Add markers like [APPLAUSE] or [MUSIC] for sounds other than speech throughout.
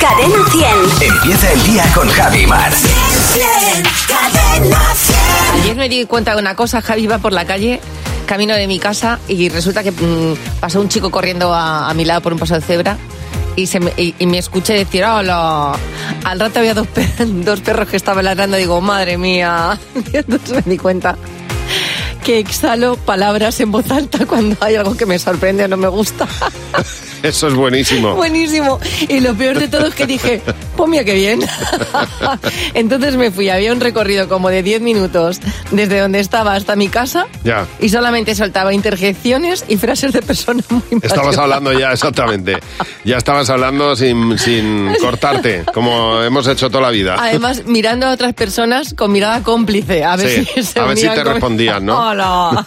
Cadena 100. Empieza el día con Javi Mar. Cadena 100. Ayer me di cuenta de una cosa, Javi iba por la calle, camino de mi casa, y resulta que mm, pasó un chico corriendo a, a mi lado por un paso de cebra. Y, se me, y- y me escuché decir, hola. Al rato había dos, per- [LAUGHS] dos perros que estaban ladrando. Digo, madre mía. [LAUGHS] Y entonces me di cuenta que exhalo palabras en voz alta cuando hay algo que me sorprende o no me gusta. [LAUGHS] [LAUGHS] Eso es buenísimo. Buenísimo. Y lo peor de todo es que dije, pues mira qué bien. [LAUGHS] Entonces me fui, había un recorrido como de 10 minutos desde donde estaba hasta mi casa Ya. y solamente soltaba interjecciones y frases de personas muy mayores. Estabas hablando ya, exactamente. Ya estabas hablando sin, sin cortarte, como hemos hecho toda la vida. Además, mirando a otras personas con mirada cómplice, a ver Sí, si se a ver si unían te con- respondían, ¿no? [LAUGHS] Hola.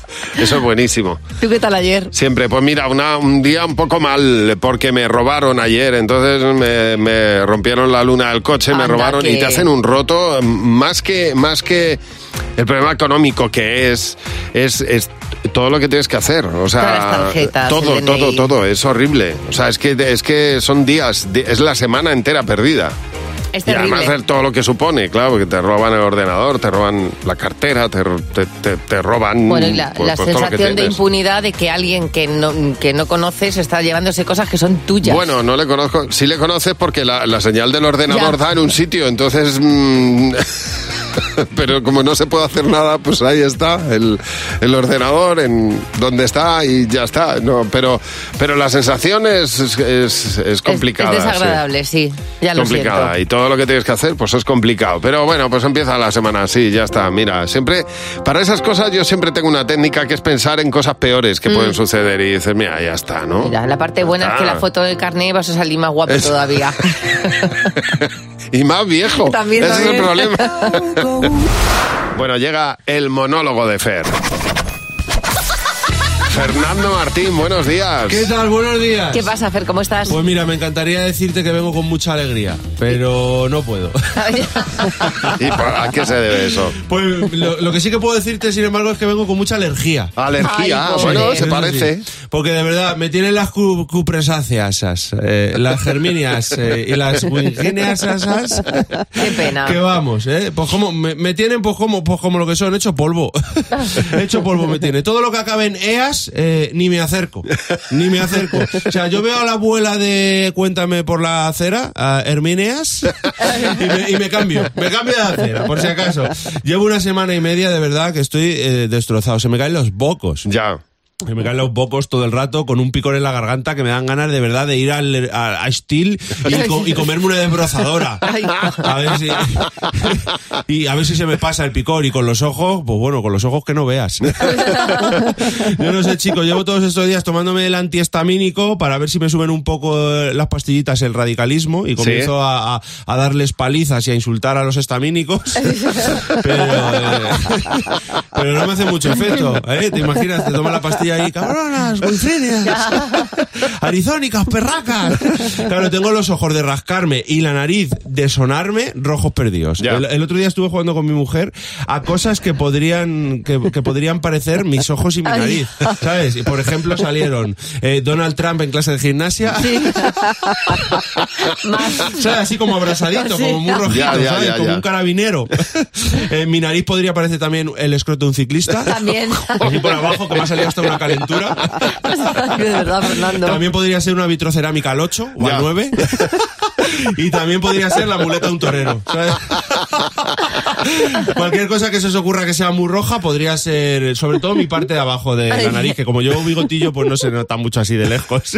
[LAUGHS] Eso es buenísimo. ¿Tú qué tal ayer? Siempre, pues mira, una- un día un poco mal, porque me robaron ayer, entonces me, me rompieron la luna del coche, me Anda, robaron que- y te hacen un roto, mm, más que, más que el problema económico que es, es, es todo lo que tienes que hacer, o sea, Todas las tarjetas, todo, el todo, DNI. todo, es horrible, o sea, es que, es que son días, di- es la semana entera perdida. Es Y terrible. además de todo lo que supone, claro, porque te roban el ordenador, te roban la cartera, te, te- te- te roban... Bueno, y la, pues, la pues, todo lo que sensación de tienes. impunidad de que alguien que no, que no conoces está llevándose cosas que son tuyas. Bueno, no le conozco. Sí le conoces porque la, la señal del ordenador Ya. da en un sitio, entonces. mm, [LAUGHS] pero como no se puede hacer nada, pues ahí está el, el ordenador en donde está y ya está. No, pero, pero la sensación es, es, es- es Es- complicada. Es, sí. desagradable, sí. Ya lo complicada siento. y todo lo que tienes que hacer pues es complicado pero bueno pues empieza la semana así ya está mira siempre para esas cosas yo siempre tengo una técnica que es pensar en cosas peores que pueden suceder y dices mira ya está no Mm. Mira, la parte buena es que la Ah. foto del carnet vas a salir más guapo Es- [LAUGHS] todavía. y más viejo. También, Ese es el también. problema. [LAUGHS] bueno, llega el monólogo [LAUGHS] de Fer. Fernando Martín, buenos días. ¿Qué tal? Buenos días. ¿Qué pasa, Fer? ¿Cómo estás? [LAUGHS] Pues mira, me encantaría decirte que vengo con mucha alegría, pero no puedo. [LAUGHS] ¿Y por- a qué se debe eso? Pues lo, lo que sí que puedo decirte, sin embargo, es que vengo con mucha alergia. Alergia, Ay, pobre. Ah, bueno, Sí, se eso parece. sí. Porque de verdad, me tienen las cu- cupresáceas, eh, las germinias eh, y las winginias. Qué pena. Que vamos, ¿eh? Pues como, me, me tienen pues como, pues como lo que son, hecho [LAUGHS] polvo. hecho polvo me tiene. Todo lo que acabe en EAS, eh, ni me acerco. Ni me acerco. O sea, yo veo a la abuela de Cuéntame por la acera, a Hermineas, y me, y me cambio. Me cambio de acera, por si acaso. Llevo una semana y media de verdad que estoy eh, destrozado. Se me caen los bocos. Ya. Que me caen los bocos todo el rato con un picor en la garganta que me dan ganas de verdad de ir al, a, a Steel y, co- y comerme una desbrozadora. A ver si, [LAUGHS] y a ver si se me pasa el picor y con los ojos, pues bueno, con los ojos que no veas. [LAUGHS] Yo no sé, chicos, llevo todos estos días tomándome el antihistamínico para ver si me suben un poco eh, las pastillitas el radicalismo y comienzo a, a- a darles palizas y a insultar a los estamínicos. pero, eh, [LAUGHS] pero no me hace mucho efecto. ¿eh? ¿Te imaginas? Te tomas la pastilla ahí, cabronas, golfinias, arizónicas, perracas. Claro, tengo los ojos de rascarme y la nariz de sonarme rojos perdidos. Ya. El, el otro día estuve jugando con mi mujer a cosas que podrían, que, que podrían parecer mis ojos y mi Ay. nariz. ¿Sabes? Y por ejemplo salieron eh, Donald Trump en clase de gimnasia. [LAUGHS] ¿Sabes? Así como abrasadito, Sí. como muy rojito, Ya, ya, ¿sabes? ya, como ya. un carabinero. [LAUGHS] Eh, mi nariz podría parecer también el escroto de un ciclista. También. [LAUGHS] Así por abajo, que me ha salido hasta una calentura. [LAUGHS] de verdad, Fernando. También podría ser una vitrocerámica al 8 o Ya. al 9. [LAUGHS] Y también podría ser la muleta de un torero. ¿sabes? Cualquier cosa que se os ocurra que sea muy roja podría ser, sobre todo mi parte de abajo de la nariz, que como llevo bigotillo, pues no se nota mucho así de lejos.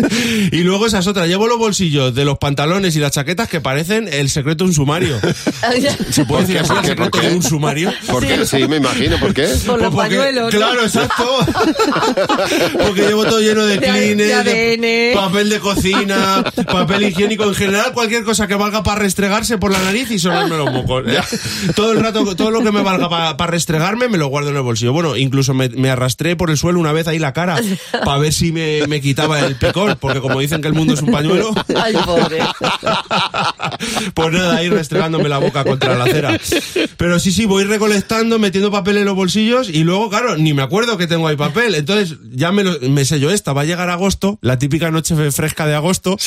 Y luego esas otras, llevo los bolsillos de los pantalones y las chaquetas que parecen el secreto de un sumario. ¿Se puede decir así ¿Por el qué? secreto ¿Por qué? de un sumario? ¿Por qué? Sí, me imagino, ¿por qué? Por los Pues porque- pañuelos. ¿no? Claro, exacto. [LAUGHS] Porque llevo todo lleno de De- cleaner, de ADN. papel de cocina, papel higiénico en general, cualquier cosa que valga para restregarse por la nariz y sonarme los mocos. ¿eh? Todo el rato, todo lo que me valga para restregarme me lo guardo en el bolsillo. Bueno, incluso me, me arrastré por el suelo una vez ahí la cara para ver si me, me quitaba el picor, porque como dicen que el mundo es un pañuelo. [LAUGHS] Ay, pobre. [LAUGHS] Pues nada, ahí restregándome la boca contra la acera. Pero sí, sí, voy recolectando, metiendo papel en los bolsillos y luego, claro, ni me acuerdo que tengo ahí papel. Entonces, ya me, lo, me sé yo esta. Va a llegar agosto, la típica noche fresca de agosto. [LAUGHS]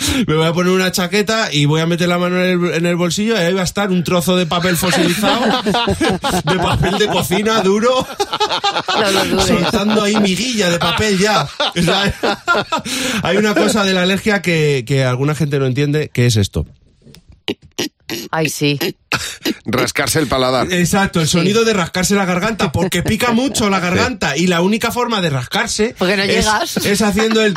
Sí. me voy a poner una chaqueta y voy a meter la mano en el, en el bolsillo y ahí va a estar un trozo de papel fosilizado, [LAUGHS] de papel de cocina duro, No lo dudes. soltando ahí miguilla de papel ya. O sea, Hay una cosa de la alergia que, que alguna gente no entiende, que es esto. [LAUGHS] Ay, sí. Rascarse el paladar. Eh, Exacto, el sonido de rascarse la garganta, porque pica mucho la garganta y la única forma de rascarse Porque no es- llegas. Es, haciendo el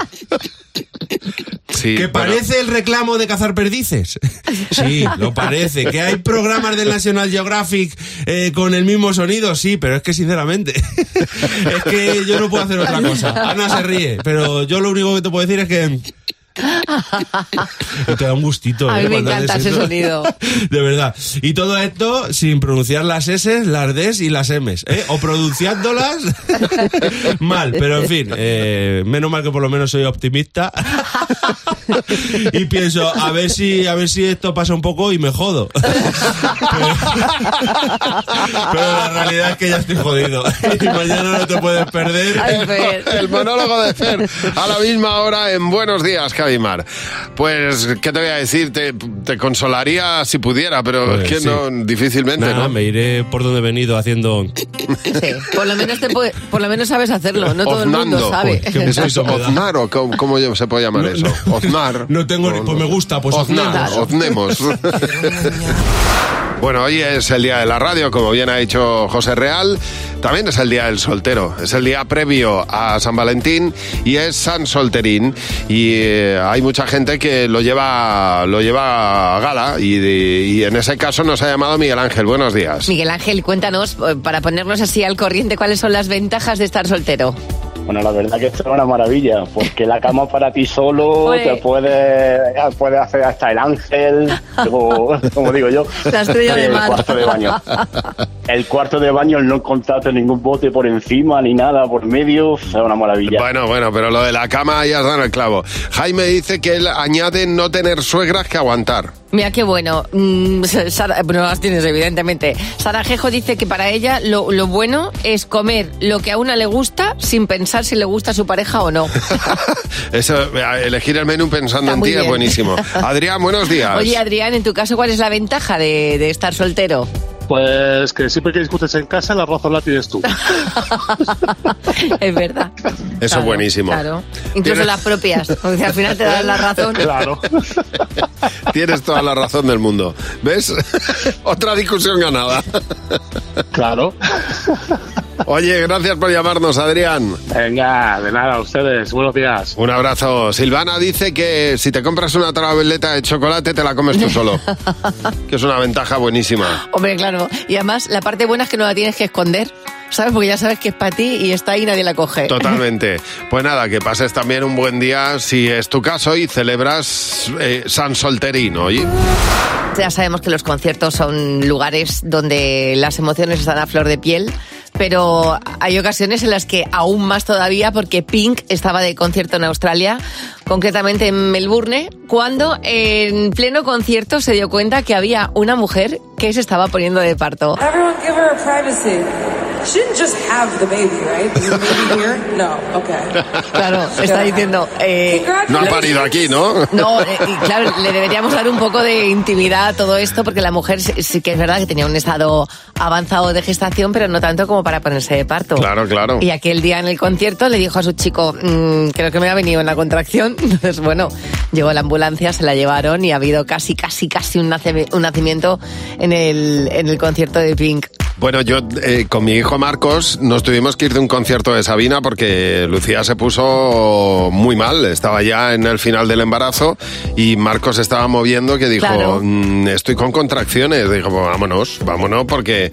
Sí, que bueno. parece el reclamo de cazar perdices. [LAUGHS] Sí, lo parece. Que hay programas del National Geographic eh, con el mismo sonido, sí, pero es que sinceramente [LAUGHS] es que yo no puedo hacer otra cosa. Ana se ríe, pero yo lo único que te puedo decir es que y te da un gustito. A ¿eh? mí me cuando haces encanta ese eso. sonido. [LAUGHS] De verdad. Y todo esto sin pronunciar las S, las Ds y las Ms. ¿eh? O pronunciándolas [LAUGHS] mal. Pero en fin, eh, menos mal que por lo menos soy optimista. [LAUGHS] y pienso, a ver si, a ver si esto pasa un poco y me jodo. [LAUGHS] pero, pero la realidad es que ya estoy jodido. [LAUGHS] y mañana no te puedes perder. Ay, Fer. [LAUGHS] El monólogo de Fer a la misma hora en Buenos Días, Javimar. Pues, ¿qué te voy a decir? Te, te consolaría si pudiera, pero Pues es que sí. no, difícilmente, Nada, ¿no? me iré por donde he venido haciendo. Sí. Por lo menos te puede- por lo menos sabes hacerlo, no todo el mundo Oznando. sabe. Uy, qué- [LAUGHS] Eso es Eso Pues, me da. oznar, o cómo, cómo yo- se puede llamar eso. Oznar. [LAUGHS] No tengo ni- O- pues me gusta, pues oznar. oznamos. [LAUGHS] Oznemos. Bueno, hoy es el día de la radio, como bien ha dicho José Real. También es el día del soltero. Es el día previo a San Valentín y es San Solterín. Y eh, hay mucha gente que lo lleva, lo lleva a gala. Y, de- y en ese caso nos ha llamado Miguel Ángel. Buenos [LAUGHS] días. Miguel Ángel, cuéntanos, eh, para ponernos así al corriente, ¿cuáles son las ventajas de estar soltero? Bueno, la verdad que esto es una maravilla, porque la cama para ti [LAUGHS] solo Ole. te puede, puede hacer hasta el [LAUGHS] ángel, o, como digo yo, La estrella de el mar. cuarto de baño. El cuarto de baño al no encontrarte ningún bote por encima ni nada por medio, es una maravilla. Bueno, bueno, pero lo de la cama ya has dado en el clavo. Jaime dice que él añade no tener suegras que aguantar. Mira qué bueno. Mm, [LAUGHS] Sara- bueno, no las tienes, evidentemente. Sara Jejo dice que para ella lo, lo bueno es comer lo que a una le gusta sin pensar si le gusta a su pareja o [LAUGHS] no. Eso, eh, elegir el menú pensando Está en muy ti es bien. [LAUGHS] buenísimo. Adrián, buenos días. Oye, Adrián, en tu caso, ¿cuál es la ventaja de, de estar soltero? Pues que siempre que discutes en casa, la razón la tienes tú. es verdad. es buenísimo. Claro. Incluso Tienes- las propias. Porque al final te dan la [LAUGHS] razón. Claro. Tienes toda la razón del mundo. [LAUGHS] ¿Ves? Otra discusión ganada. Claro. [LAUGHS] Oye, gracias por llamarnos, Adrián. Venga, de nada, a ustedes. Buenos días. Un abrazo. Silvana dice que si te compras una tableta de chocolate, te la comes [LAUGHS] tú solo. que es una ventaja buenísima. Hombre, claro. Y además, la parte buena es que no la tienes que esconder. ¿Sabes? Porque ya sabes que es para ti y está ahí y nadie la coge. Totalmente. Pues nada, que pases también un buen día si es tu caso y celebras eh, San Solterín, oye. Ya sabemos que los conciertos son lugares donde las emociones están a flor de piel, pero hay ocasiones en las que aún más todavía, porque Pink estaba de concierto en Australia, concretamente en Melbourne, cuando en pleno concierto se dio cuenta que había una mujer que se estaba poniendo de parto. Everyone give her privacy. She didn't just have the baby, right? Is the baby here? No. Okay. Claro, está diciendo... eh, No ha parido aquí, ¿no? No, eh, y claro, le deberíamos dar un poco de intimidad a todo esto, porque la mujer sí sí que es verdad que tenía un estado avanzado de gestación, pero no tanto como para ponerse de parto. Claro, claro. Y aquel día en el concierto le dijo a su chico, "Mm, creo que me ha venido una contracción. [LAUGHS] Entonces, bueno, llegó la ambulancia, se la llevaron y ha habido casi, casi, casi un, nace- un nacimiento en el, en el concierto de Pink. Bueno, yo eh, con mi hijo Marcos nos tuvimos que ir de un concierto de Sabina porque Lucía se puso muy mal, estaba ya en el final del embarazo y Marcos estaba moviendo que dijo, Claro. "Mm, estoy con contracciones, dijo, "Pues vámonos, vámonos porque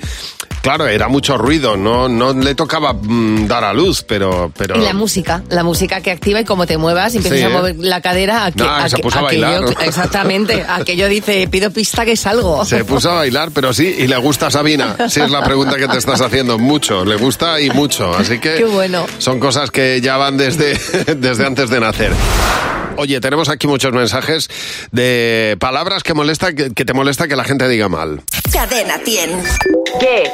Claro, era mucho ruido, no, no le tocaba mm, dar a luz, pero... pero... Y la música, la música que activa y cómo te muevas, empiezas Sí, a ¿eh? mover la cadera. A que, Nah, a se que- puso a aquello- bailar, [LAUGHS] ¿no? Exactamente, aquello dice, pido pista que salgo. Se puso a bailar, pero sí, y le gusta a Sabina. Si es la pregunta que te estás haciendo, mucho. Le gusta y mucho. Así que Qué bueno. son cosas que ya van desde, [LAUGHS] desde antes de nacer. Oye, tenemos aquí muchos mensajes de palabras que molesta, que, que te molesta que la gente diga mal. Cadena 100. ¿Qué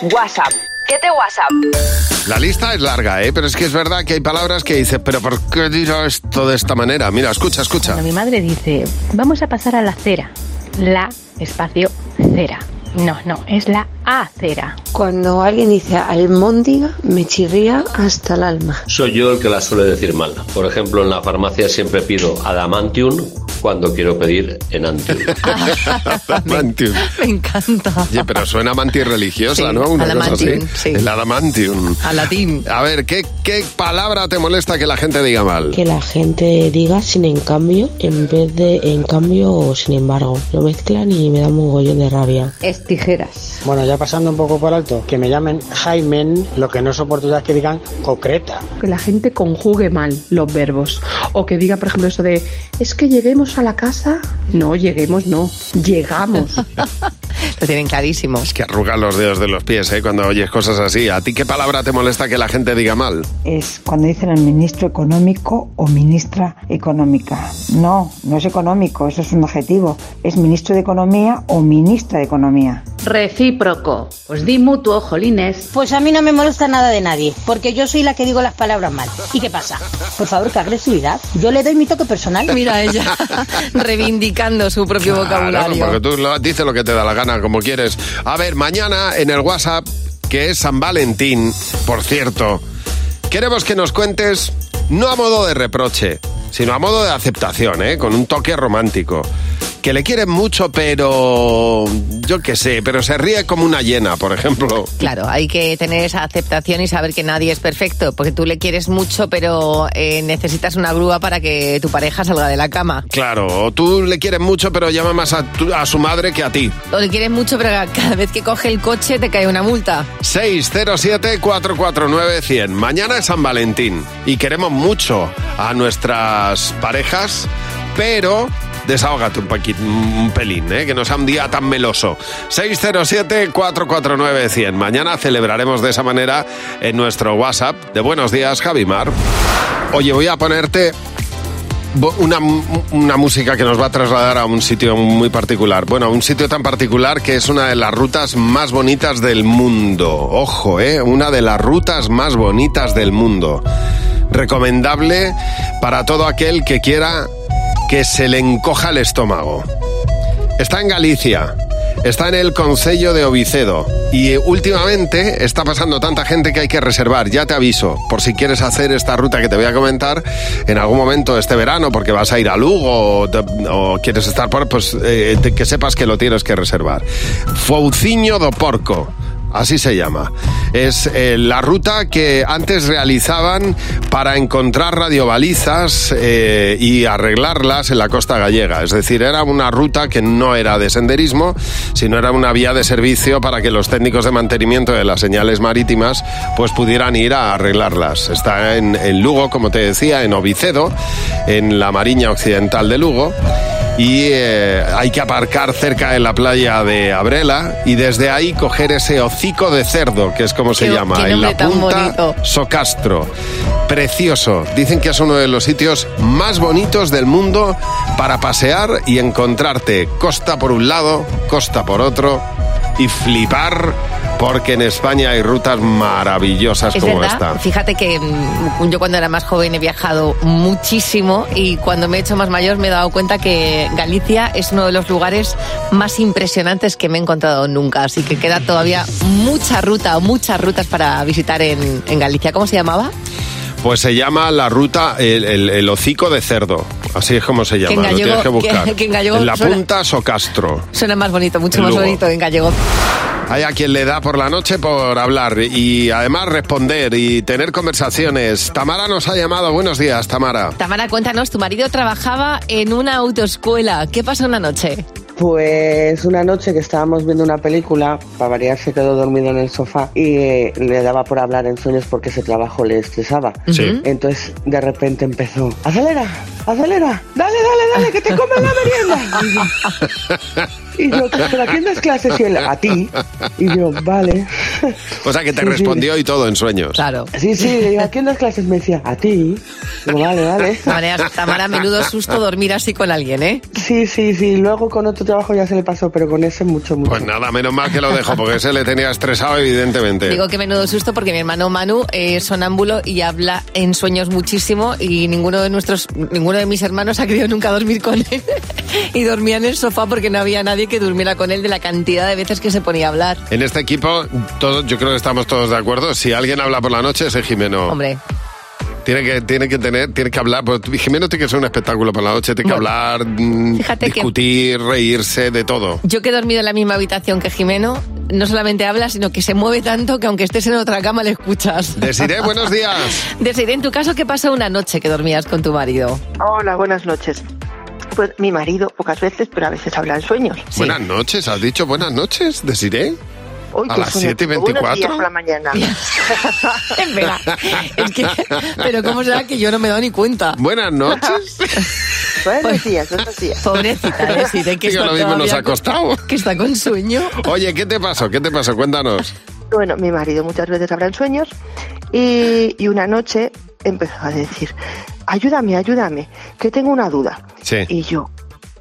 te WhatsApp? ¿Qué te WhatsApp? La lista es larga, ¿eh? Pero es que es verdad que hay palabras que dices, pero ¿por qué digo esto de esta manera? Mira, escucha, escucha. Cuando mi madre dice, vamos a pasar a la acera, la espacio cera. No, no, es la acera. Cuando alguien dice almóndiga, me chirría hasta el alma. Soy yo el que la suele decir mal. Por ejemplo, en la farmacia siempre pido adamantium cuando quiero pedir enantium. [LAUGHS] Adamantium. [LAUGHS] Me encanta. Oye, pero suena mantis religiosa, Sí, ¿no? Una cosa así. adamantium, sí. El adamantium. A latín. A ver, ¿qué, ¿qué palabra te molesta que la gente diga mal? Que la gente diga sin en cambio en vez de en cambio o sin embargo. Lo mezclan y me da un mogollón de rabia. Es tijeras. Bueno, ya pasando un poco por alto, que me llamen Jaimen, lo que no soporto ya es que digan concreta. que la gente conjugue mal los verbos. O que diga, por ejemplo, eso de, es que lleguemos a la casa. No, lleguemos, no. Llegamos. Lo tienen clarísimo. Que arrugan los dedos de los pies, ¿eh? Cuando oyes cosas así. ¿A ti qué palabra te molesta que la gente diga mal? es cuando dicen el ministro económico o ministra económica. No, no es económico, eso es un objetivo. Es ministro de Economía o ministra de Economía. Recíproco. Pues di mutuo, jolines. [LAUGHS] Pues a mí no me molesta nada de nadie, porque yo soy la que digo las palabras mal. ¿Y qué pasa? Por favor, qué agresividad. Yo le doy mi toque personal. Mira ella, [LAUGHS] reivindicando su propio Claro, vocabulario. porque tú lo- dices lo que te da la gana, como quieres. A ver, mañana en el WhatsApp, que es San Valentín, por cierto, queremos que nos cuentes, no a modo de reproche, sino a modo de aceptación, ¿eh? Con un toque romántico. Que le quieren mucho, pero. Yo qué sé, pero se ríe como una hiena, por ejemplo. Claro, hay que tener esa aceptación y saber que nadie es perfecto, porque tú le quieres mucho, pero eh, necesitas una grúa para que tu pareja salga de la cama. Claro, o tú le quieres mucho, pero llama más a, tu- a su madre que a ti. O le quieres mucho, pero [LAUGHS] cada vez que coge el coche te cae una multa. 607-449-100. Mañana es San Valentín y queremos mucho a nuestras parejas, pero desahógate un, poquito, un pelín, ¿eh? que no sea un día tan meloso. 607-449-100. Mañana celebraremos de esa manera en nuestro WhatsApp de Buenos Días, Javimar. Oye, voy a ponerte bo- una, mu- una música que nos va a trasladar a un sitio muy particular. Bueno, a un sitio tan particular que es una de las rutas más bonitas del mundo. Ojo, ¿eh? Una de las rutas más bonitas del mundo. Recomendable para todo aquel que quiera que se le encoja el estómago. Está en Galicia. Está en el Concello de Ovicedo. Y eh, últimamente está pasando tanta gente que hay que reservar. Ya te aviso, por si quieres hacer esta ruta que te voy a comentar en algún momento este verano, porque vas a ir a Lugo o, te- o quieres estar por, pues eh, te- que sepas que lo tienes que reservar. Fouciño do Porco. Así se llama. Es eh, la ruta que antes realizaban para encontrar radiobalizas eh, y arreglarlas en la costa gallega. Es decir, era una ruta que no era de senderismo, sino era una vía de servicio para que los técnicos de mantenimiento de las señales marítimas pues pudieran ir a arreglarlas. Está en, en Lugo, como te decía, en Ovicedo, en la Mariña Occidental de Lugo y eh, hay que aparcar cerca de la playa de Abrela y desde ahí coger ese hocico de cerdo, que es como se Qué- llama, qué en la nombre tan bonito. punta Socastro. Precioso. Dicen que es uno de los sitios más bonitos del mundo para pasear y encontrarte costa por un lado, costa por otro y flipar porque en España hay rutas maravillosas Es como verdad, esta. fíjate que mm, yo cuando era más joven he viajado muchísimo y cuando me he hecho más mayor me he dado cuenta que Galicia es uno de los lugares más impresionantes que me he encontrado nunca, así que queda todavía mucha ruta o muchas rutas para visitar en, en Galicia. ¿Cómo se llamaba? Pues se llama la ruta el, el- el hocico de cerdo. Así es como se llama. en gallego- lo tienes que buscar. que- que en gallego la suena- punta Socastro. Suena más bonito, mucho En más Lugo. bonito en gallego. Hay a quien le da por la noche por hablar y además responder y tener conversaciones. Tamara nos ha llamado. Buenos días, Tamara. Tamara, cuéntanos, tu marido trabajaba en una autoescuela. ¿Qué pasó una noche? Pues una noche que estábamos viendo una película, para variar se quedó dormido en el sofá y eh, le daba por hablar en sueños porque ese trabajo le estresaba. Sí. Entonces de repente empezó, acelera, acelera, dale, dale, dale, que te comen la merienda. Y yo- Y yo, ¿pero a quién das clases? Y él, a ti. Y yo, vale. O sea, que te Sí, sí. respondió y todo en sueños. Claro. Sí, sí, le digo, ¿a quién das clases? Me decía, a ti. Digo, vale, vale. Tamara, Tamara, menudo susto dormir así con alguien, ¿eh? Sí, sí, sí. Luego con otro trabajo ya se le pasó, pero con ese mucho, mucho. Pues nada, menos mal que lo dejo, porque se le tenía estresado, evidentemente. Digo que menudo susto porque mi hermano Manu es sonámbulo y habla en sueños muchísimo y ninguno de nuestros, ninguno de mis hermanos ha querido nunca dormir con él [LAUGHS] y dormía en el sofá porque no había nadie que durmiera con él de la cantidad de veces que se ponía a hablar. En este equipo, todos, yo creo que estamos todos de acuerdo. Si alguien habla por la noche, es el Jimeno. Hombre. Tiene que, tiene que tener, tiene que hablar. pues, Jimeno tiene que ser un espectáculo por la noche, tiene que hablar, mm, Fíjate que- discutir, reírse, de todo. Yo que he dormido en la misma habitación que Jimeno, no solamente habla, sino que se mueve tanto que aunque estés en otra cama le escuchas. Desiree, buenos días. Desiree, en tu caso, ¿qué pasa una noche que dormías con tu [LAUGHS] marido? Hola, buenas noches. Pues mi marido, pocas veces, pero a veces habla en sueños. Buenas noches, ¿has dicho buenas noches, Desiree? Hoy A que las sueño 7 y tengo. Buenos días 24. por la mañana. [LAUGHS] Espera, es que, pero ¿cómo será que yo no me he dado ni cuenta? Buenas noches. buenos días, buenos días. Pobrecita, Desiree, que Digo, está lo mismo nos todavía ha costado. Que está con sueño. Oye, ¿qué te pasó? ¿Qué te pasó? Cuéntanos. Bueno, mi marido muchas veces habla en sueños y, y una noche empezó a decir, ayúdame, ayúdame, que tengo una duda. Sí. Y yo,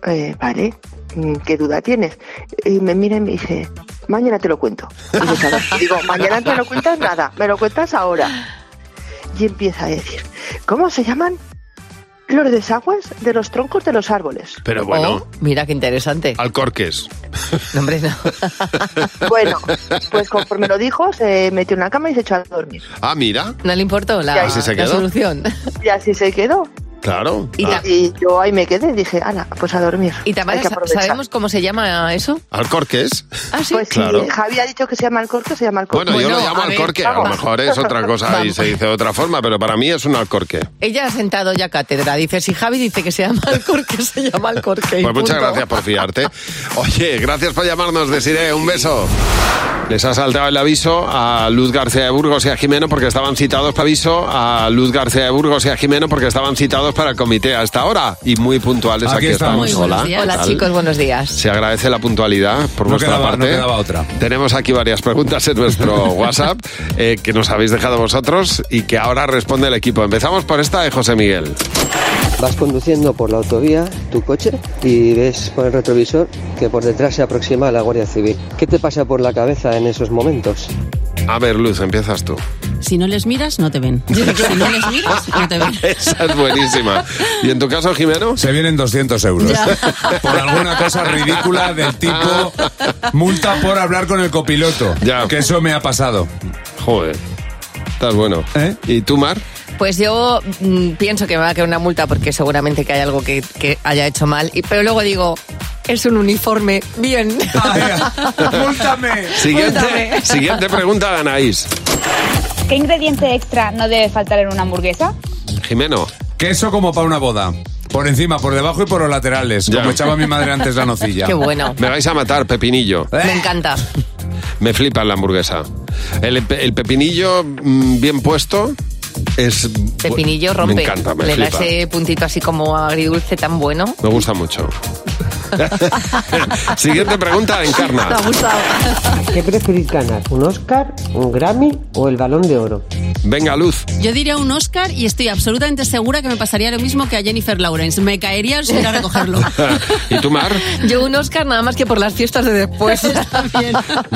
eh, vale, mm, ¿qué duda tienes? Y me mira y me dice, mañana te lo cuento. Y yo, "Claro". digo, mañana te lo cuentas nada, me lo cuentas ahora. Y empieza a decir, ¿cómo se llaman? Los desagües de los troncos de los árboles. Pero bueno. Oh, Ah. mira qué interesante. Alcorques. hombre, no. Bueno, pues conforme lo dijo, se metió en la cama y se echó a dormir. Ah, mira. No le importó la, Así se la quedó. solución. Y así se quedó. Claro. Y, Ah, y yo ahí me quedé y dije, ala, pues a dormir. Y Tamara, Hay que sa- aprovechar. ¿sabemos cómo se llama eso? Alcorques. Ah, sí. Pues sí, Claro. Javi ha dicho que se llama Alcorque, se llama Alcorque. Bueno, yo lo llamo alcorque, a lo mejor es otra cosa y se dice de otra forma, pero para mí es un alcorque. Ella ha sentado ya cátedra. Dice, si Javi dice que se llama Alcorque, se llama Alcorque. y Pues muchas punto. gracias por [LAUGHS] fiarte. Oye, gracias por llamarnos, Desiree. Un beso. Les ha saltado el aviso a Luz García de Burgos y a Jimeno porque estaban citados para aviso a Luz García de Burgos y a Jimeno porque estaban citados para el comité a esta hora y muy puntuales aquí, Aquí estamos. estamos. Muy buenos Hola, días. ¿qué Hola tal? chicos, buenos días. Se agradece la puntualidad por No vuestra quedaba- no parte. quedaba otra. Tenemos aquí varias preguntas en nuestro [LAUGHS] WhatsApp eh, que nos habéis dejado vosotros y que ahora responde el equipo. Empezamos por esta de José Miguel. Vas conduciendo por la autovía tu coche y ves por el retrovisor que por detrás se aproxima la Guardia Civil. ¿Qué te pasa por la cabeza en esos momentos? A ver, Luz, empiezas tú. Si no les miras, no te [LAUGHS] ven. Si no les miras, no te ven. Esa es buenísima. ¿Y en tu caso, Jimeno? Se vienen 200 euros. [LAUGHS] Por alguna cosa ridícula del tipo multa por hablar con el copiloto. Que eso me ha pasado. Joder. Estás bueno. ¿Y tú, Mar? Pues yo mm, pienso que me va a caer una multa porque seguramente que hay algo que, que haya hecho mal. Y, pero luego digo, es un uniforme. [LAUGHS] Bien. ¡Múltame! Siguiente, Cuéntame. [LAUGHS] siguiente pregunta de Anaís. ¿Qué ingrediente extra no debe faltar en una hamburguesa? Jimeno. Queso como para una boda. Por encima, por debajo y por los laterales. Como echaba mi madre antes la nocilla. [LAUGHS] Qué bueno. Me vais a matar, Pepinillo. Me encanta. Me flipa la hamburguesa. El, pe- el pepinillo mm, bien puesto es... Pepinillo rompe. Me encanta, me Le da flipa. ese puntito así como agridulce tan bueno. Me [LAUGHS] gusta mucho. Siguiente pregunta, Me Encarna. ha gustado. ¿Qué preferís ganar? ¿Un Oscar, un Grammy o el Balón de Oro? Venga, Luz. [LAUGHS] [LAUGHS] Yo diría un Oscar y estoy absolutamente segura que me pasaría lo mismo que a Jennifer Lawrence. Me caería sin ir a recogerlo. ¿Y tú, Mar? Yo un Oscar nada más que por las fiestas [LAUGHS] de después.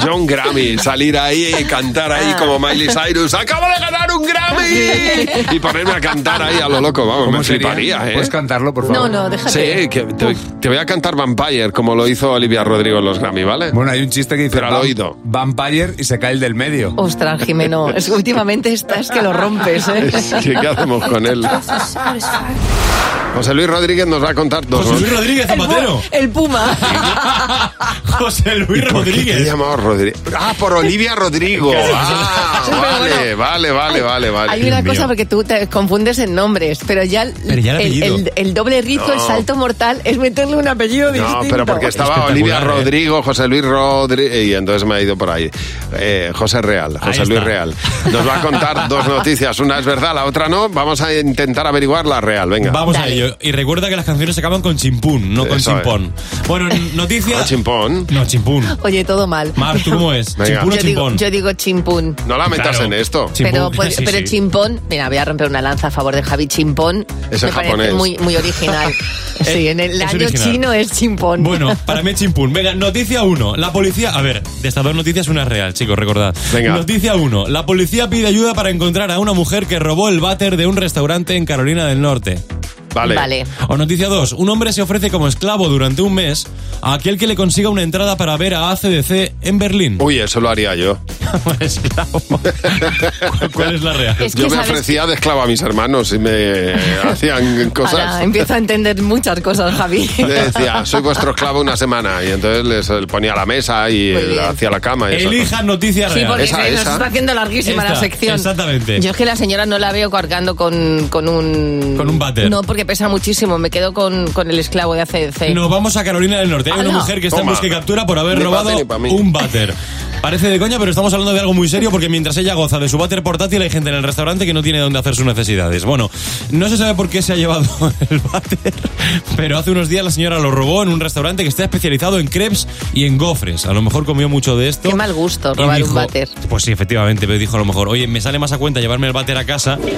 John Grammy, salir ahí y cantar ahí como Miley Cyrus. ¡Acabo de ganar un Grammy! Y ponerme a cantar ahí a lo loco, vamos, ¿Cómo me sería? fliparía, ¿eh? Pues ¿Puedes cantarlo, por favor? No, no, déjate. Sí, que te, te voy a cantar Vampire, como lo hizo Olivia Rodrigo en los Grammy, ¿vale? Bueno, hay un chiste que dice... Pero al "Vamp- oído. Vampire y se cae el del medio. Ostras, Jimeno. es- últimamente estás que lo rompes, ¿eh? Es que, ¿qué hacemos con él? José Luis Rodríguez nos va a contar dos. José Luis Rodríguez El, Zapatero. pu- el Puma. [LAUGHS] José Luis Rodríguez. ¿Qué llamado Rodríguez? Ah, por Olivia Rodrigo. Ah, Sí, pero vale, vale, vale, vale, vale. Hay una Dios cosa mío. porque tú te confundes en nombres, pero ya el, Pero ya el el- apellido. el- el doble rizo, No. el salto mortal, es meterle un apellido distinto. No, pero porque estaba Olivia Rodrigo, José Luis Rodríguez, y entonces me ha ido por ahí. Eh, José Real, José Luis está. Real. Nos va a contar dos noticias. Una es verdad, la otra no. Vamos a intentar averiguar la real. Venga. Vamos a ello. Y recuerda que las canciones se acaban con chimpún, no con Eso es. chimpón. Bueno, [LAUGHS] noticia. ¿No chimpón? No, chimpún. Oye, todo mal. Mar, ¿tú cómo es? Venga. ¿Chimpún o yo, digo, chimpón? yo digo chimpún. No la metas Claro. en esto. Pero, pod- pero chimpón, mira, voy a romper una lanza a favor de Javi Chimpón. Es me en parece japonés. muy, [LAUGHS] muy original. sí, en el Eh, es año original. chino es chimpón. [LAUGHS] Bueno, para mí es chimpún. Venga, noticia 1. La policía. A ver, de estas dos noticias una es real, chicos, recordad. Venga. Noticia 1. La policía pide ayuda para encontrar a una mujer que robó el váter de un restaurante en Carolina del Norte. Vale. Vale. O noticia 2. Un hombre se ofrece como esclavo durante un mes a aquel que le consiga una entrada para ver a ACDC en [LAUGHS] Berlín. [LAUGHS] Uy, eso lo haría yo. esclavo. ¿Cuál es la real? Es que Yo me sabes- ofrecía de esclavo a mis hermanos [LAUGHS] y me hacían Ahora cosas. empiezo a entender muchas cosas, Javi. Le decía, soy vuestro esclavo una semana. Y entonces les eh, ponía a la mesa y Muy eh, bien. hacía la cama. Y esas Elija cosas. noticia Sí, real. porque se nos está haciendo larguísima la Esta, sección. exactamente. Yo es que la señora no la veo cargando con, con un... Con un váter. No, porque pesa muchísimo. Me quedo con, con el esclavo de ACDC. Nos vamos a Carolina del Norte. Hay una Ala. mujer que está Toma. en busca y captura por haber Ni robado pa' ti ni pa' mí. un váter. Parece de coña, pero estamos hablando de algo muy serio porque mientras ella goza de su váter portátil hay gente en el restaurante que no tiene dónde hacer sus necesidades. Bueno, no se sabe por qué se ha llevado [LAUGHS] el váter, pero hace unos días la señora lo robó en un restaurante que está especializado en crepes y en gofres. A lo mejor comió mucho de esto. Qué mal gusto Y robar dijo- un váter. Pues sí, efectivamente, pero dijo a lo mejor, oye, me sale más a cuenta llevarme el váter a casa. [LAUGHS]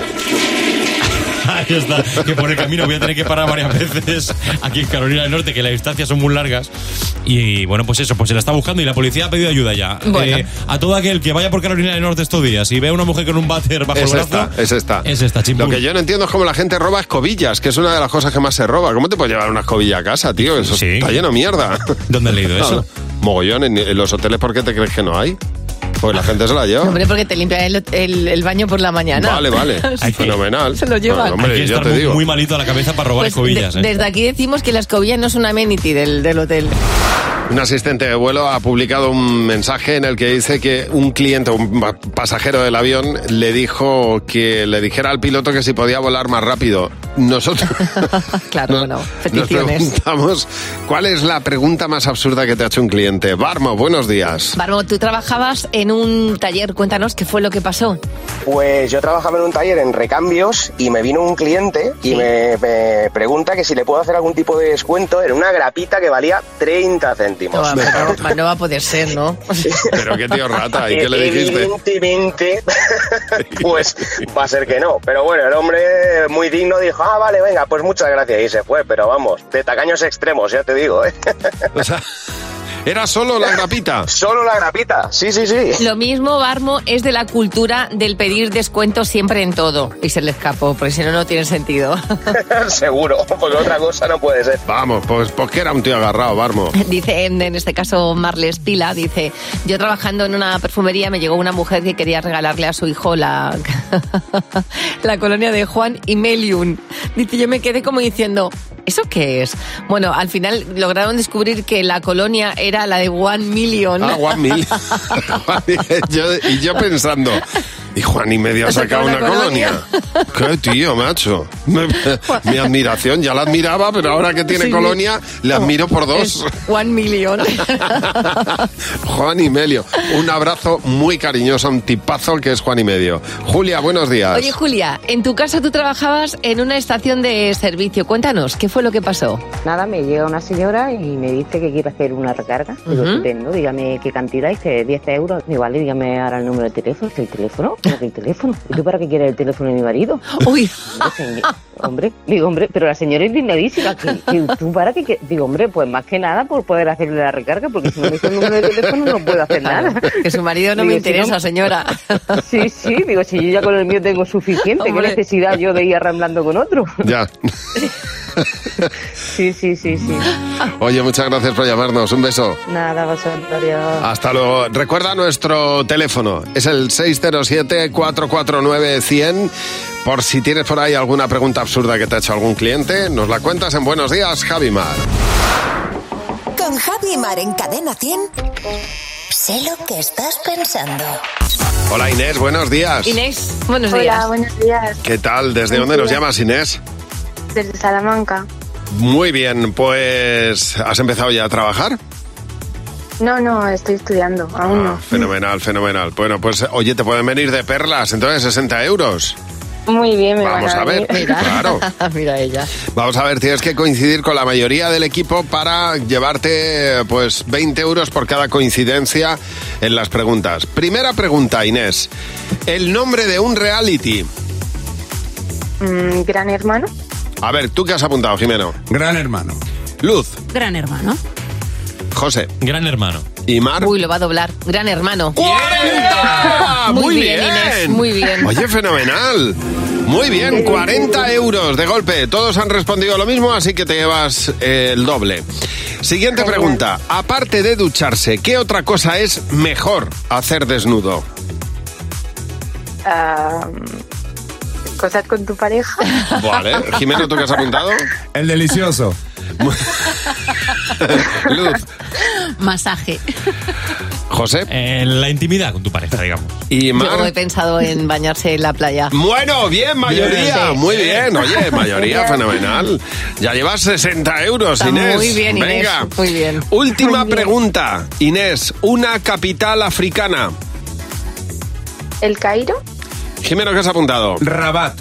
Ahí está, que por el camino voy a tener que parar varias veces aquí en Carolina del Norte, que las distancias son muy largas. Y bueno, pues eso, pues se la está buscando y la policía ha pedido ayuda ya. Bueno. Eh, a todo aquel que vaya por Carolina del Norte estos días y vea a una mujer con un váter bajo Es el brazo. esta, es esta. Es esta, chimpún. Lo que yo no entiendo es cómo la gente roba escobillas, que es una de las cosas que más se roba. ¿Cómo te puedes llevar una escobilla a casa, tío? Eso está lleno [LAUGHS] de mierda. [LAUGHS] ¿Dónde has leído eso? Mogollón, en, en los hoteles, ¿por qué te crees que no hay? Pues la gente se la lleva. Hombre, porque te limpia el, el- el baño por la mañana. [LAUGHS] Vale, vale. Fenomenal. Se lo llevan. Bueno, hombre, Hay que yo estar te muy, digo. muy malito a la cabeza para robar Pues escobillas. de- ¿eh? Desde aquí decimos que la escobilla no es un amenity del, del hotel. Un asistente de vuelo ha publicado un mensaje en el que dice que un cliente, un pa- pasajero del avión, le dijo que le dijera al piloto que si podía volar más rápido. [LAUGHS] Nosotros Ah, Claro, bueno, nos peticiones. preguntamos cuál es la pregunta más absurda que te ha hecho un cliente. Barmo, buenos días. Barbo, tú trabajabas en un taller. Cuéntanos qué fue lo que pasó. Pues yo trabajaba en un taller en recambios y me vino un cliente y me, me pregunta que si le puedo hacer algún tipo de descuento en una grapita que valía 30 No, céntimos. pero- pero no va a poder ser, ¿no? Pero qué tío [LAUGHS] rata, ¿y qué le dijiste? Evidentemente, [LAUGHS] pues va a ser que no. Pero bueno, el hombre muy digno dijo, ah, vale, venga, pues muchas gracias. Y se fue, pero vamos, de tacaños extremos, ya te digo. ¿eh? O sea, ¿Era solo la grapita? Solo la grapita, sí, sí, sí. [LAUGHS] Lo mismo, Barmo, es de la cultura del pedir descuento siempre en todo. Y se le escapó, porque si no, no tiene sentido. [LAUGHS] Seguro, porque otra cosa no puede ser. Vamos, pues, pues que era un tío agarrado, Barmo. Ah, Dice, en, en este caso, Marles Pila, dice, yo trabajando en una perfumería me llegó una mujer que quería regalarle a su hijo la, [LAUGHS] la colonia de Juan y Meliun. Dice, yo me quedé como diciendo, ¿eso qué es? Bueno, al final lograron descubrir que la colonia era la de One Million. Ah, Juan Mil. Juan Mil. [LAUGHS] Yo- y yo pensando, y Juan y medio ha sacado una colonia. Qué tío, macho. Me- mi admiración, ya la admiraba, pero ahora que tiene Sí. Oh, colonia, le admiro por dos. [LAUGHS] Es One [LAUGHS] Million. Juan y medio. Un abrazo muy cariñoso a un tipazo que es Juan y medio. Julia, buenos días. Oye, Julia, en tu caso tú trabajabas en una estación de servicio. Cuéntanos, ¿qué fue lo que [LAUGHS] pasó? Nada, me llega una señora y me dice que quiere hacer una recarga. Digo, Ujú. estupendo, dígame qué cantidad. Dice, 10 euros. Digo, vale, dígame ahora el número de teléfono. Dice, ¿el teléfono? ¿Cómo que el teléfono? ¿Y tú para qué quieres el teléfono de mi marido? Uy. hombre, digo, hombre, pero la señora es indignadísima. que- que ¿Tú para qué quieres? Digo, hombre, pues más que nada por poder hacerle la recarga, porque si no me dice el número de teléfono no puedo hacer nada. Que su marido no me Digo, si no- interesa, [LAUGHS] señora. Sí, sí, digo, si yo ya con el mío tengo suficiente, ¿qué Hombre. [LAUGHS] necesidad yo de ir arramblando con otro? Ya. Sí, sí, sí, sí. Oye, muchas gracias por llamarnos. Un beso. Nada, vosotros, adiós. Hasta luego. Recuerda nuestro teléfono. Es el 607-449-100. Por si tienes por ahí alguna pregunta absurda que te ha hecho algún cliente, nos la cuentas en Buenos Días, Javi Mar. Con Javi y Mar en Cadena 100. Sé lo que estás pensando. Hola Inés, buenos días. Inés, buenos Hola, días. buenos días. ¿Qué tal? ¿Desde Buenos dónde nos días. llamas, Inés? Desde Salamanca. Muy bien, pues ¿has empezado ya a trabajar? Ah, No, no, estoy estudiando, aún no. Fenomenal, fenomenal. Bueno, pues oye, te pueden venir de perlas, entonces 60 euros. Muy bien, me Vamos van a ver, venir. claro. [LAUGHS] Mira ella. Vamos a ver, tienes que coincidir con la mayoría del equipo para llevarte pues 20 euros por cada coincidencia en las preguntas. Primera pregunta, Inés. El nombre de un reality. Mm, gran hermano, A ver, ¿tú qué has apuntado, Jimeno? Gran hermano. Luz, Gran hermano. José. Gran hermano. Y Mar. Uy, lo va a doblar. Gran hermano. Muy, Muy bien, Inés, muy bien. Oye, fenomenal. Muy bien, 40 euros de golpe. Todos han respondido lo mismo, así que te llevas eh, el doble. Siguiente pregunta. Aparte de ducharse, ¿qué otra cosa es mejor hacer desnudo? ah, mm, cosas con tu pareja. [LAUGHS] Vale. Jimeno, ¿tú qué has apuntado? El delicioso. [LAUGHS] Luz, Masaje. José. Eh, la intimidad con tu pareja, digamos. Y Yo he pensado en bañarse en la playa. Bueno, bien, mayoría, Bien, sí. muy [LAUGHS] bien, oye, mayoría, Bien. fenomenal. Ya llevas 60 euros, Está Inés. Muy bien, Inés. Venga. Muy bien. Última pregunta, Inés, una capital africana. ¿El Cairo? Jimeno, ¿qué has apuntado? Rabat.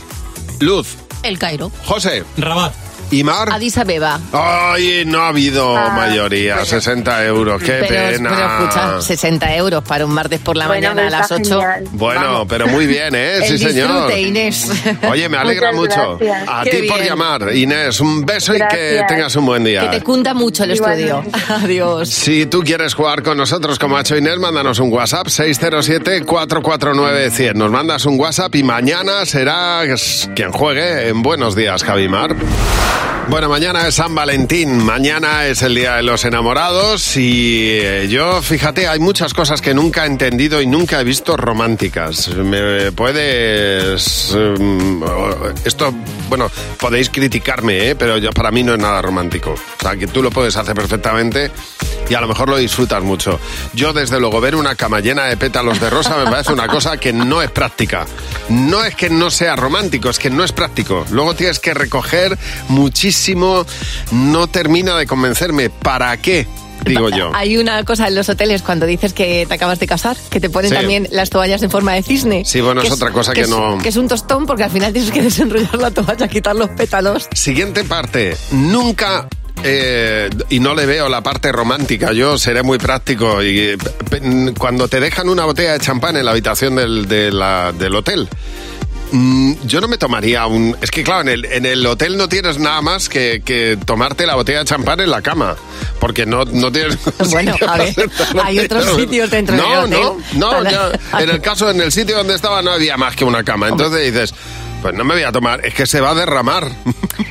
Luz. El Cairo. José. Rabat. ¿Y Mar? Addis Abeba. Ay, no ha habido Ah, mayoría, 60 euros, qué pero, pena. pero escucha, 60 euros para un martes por la Bueno, mañana a está las 8. genial. Bueno, pero muy bien, [LAUGHS] ¿eh? El Sí, señor. disfrute, Inés. Oye, me alegra Muchas mucho. gracias. A Qué ti por bien. llamar, Inés. Un beso y que Gracias. tengas un buen día. Que te cunda mucho el estudio. [LAUGHS] Adiós. Si tú quieres jugar con nosotros como ha hecho Inés, mándanos un WhatsApp 607-449-100. Nos mandas un WhatsApp y mañana será quien juegue en Buenos Días, Javimar. Bueno, mañana es San Valentín, mañana es el Día de los Enamorados y eh, yo, fíjate, hay muchas cosas que nunca he entendido y nunca he visto románticas. Me puedes... mm, o- Esto, bueno, podéis criticarme, ¿eh? pero yo, para mí no es nada romántico. O sea, que tú lo puedes hacer perfectamente y a lo mejor lo disfrutas mucho. Yo, desde luego, ver una cama llena de pétalos de rosa me parece una cosa que no es práctica. No es que no sea romántico, es que no es práctico. Luego tienes que recoger muchísimo. No termina de convencerme. ¿Para qué? Digo yo. Hay una cosa en los hoteles cuando dices que te acabas de casar, que te ponen Sí. también las toallas en forma de cisne. Sí, bueno, Que es otra cosa que es- no- Que es un tostón porque al final tienes que desenrollar la toalla, quitar los pétalos. Siguiente parte. Nunca. eh, y no le veo la parte romántica. Yo seré muy práctico. Y eh, pe- cuando te dejan una botella de champán en la habitación del, de la- del hotel, mm, yo no me tomaría un. Es que, claro, en el, en el hotel no tienes nada más que, que tomarte la botella de champán en la cama. Porque no, no tienes. [LAUGHS] Bueno, a ver, hay otros sitios dentro del [LAUGHS] no, hotel. No, no, Para- ya, En el caso, en el sitio donde estaba, no había más que una cama. Entonces dices. Pues no me voy a tomar, es que se va a derramar.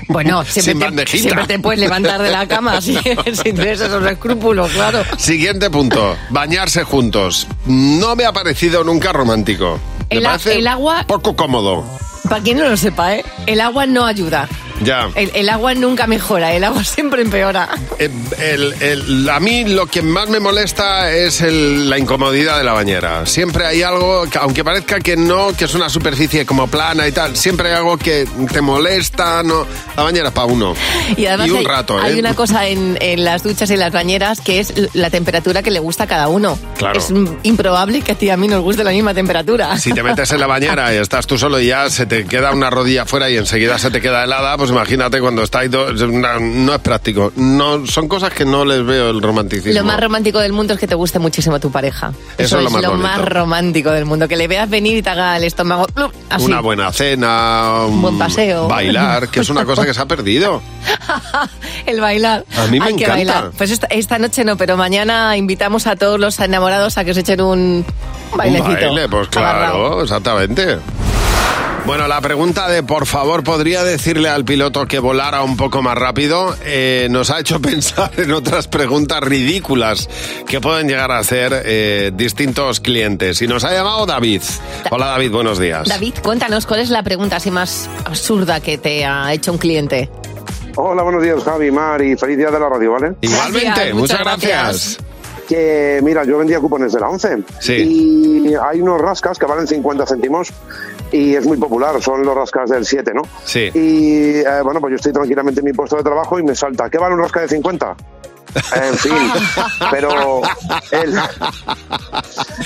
Bueno, Sin siempre, te, bandejita. siempre te puedes levantar de la cama [LAUGHS] si, si tienes esos escrúpulos, claro. Siguiente punto, bañarse juntos. No me ha parecido nunca romántico. Me El a- parece el agua- poco cómodo. Para quien no lo sepa, ¿eh? el agua no ayuda. Ya. El, el agua nunca mejora, el agua [LAUGHS] siempre empeora. Eh, el- el- a mí lo que más me molesta es el- la incomodidad de la bañera. Siempre hay algo, que, aunque parezca que no, que es una superficie como plana y tal, siempre hay algo que te molesta. No, la bañera es para uno. Y además un hay, rato, hay ¿eh? una cosa en, en las duchas y en las bañeras que es l- la temperatura que le gusta a cada uno. Claro. Es mm, improbable que a ti y a mí nos guste la misma temperatura. Si te metes en la bañera y estás tú solo y ya se te queda una rodilla fuera y enseguida se te queda helada, pues imagínate cuando estáis dos. No, no es práctico. No, son cosas que no les veo el romanticismo. [LAUGHS] Lo más romántico del mundo es que te guste muchísimo tu pareja. Eso es lo más bonito. romántico del mundo. Que le veas venir y te haga el estómago ¡plup! así. Una buena cena, un ah, buen paseo. bailar, que es una cosa que se ha perdido. [LAUGHS] el bailar. A mí me Hay que encanta. bailar. Pues esta, esta noche no, pero mañana invitamos a todos los enamorados a que se echen un bailecito. Un baile, pues claro, exactamente. pues Bueno, la pregunta de por favor, ¿podría decirle al piloto que volara un poco más rápido? Eh, nos ha hecho [LAUGHS] pensar en otras preguntas ridículas que pueden llegar a hacer eh, distintos clientes. Y nos ha llamado David. Hola David, buenos días. David, cuéntanos cuál es la pregunta así más absurda que te ha hecho un cliente. Hola, buenos días, Javi, Mar, y feliz día de la radio, ¿vale? Igualmente, Gracias, muchas, muchas gracias. Que mira, yo vendía cupones de la 11 Sí. y hay unos rascas que valen 50 céntimos y es muy popular, son los rascas del 7, ¿no? Sí. Y eh, bueno, pues yo estoy tranquilamente en mi puesto de trabajo y me salta, ¿qué vale un rasca de 50? En [LAUGHS] fin, pero el,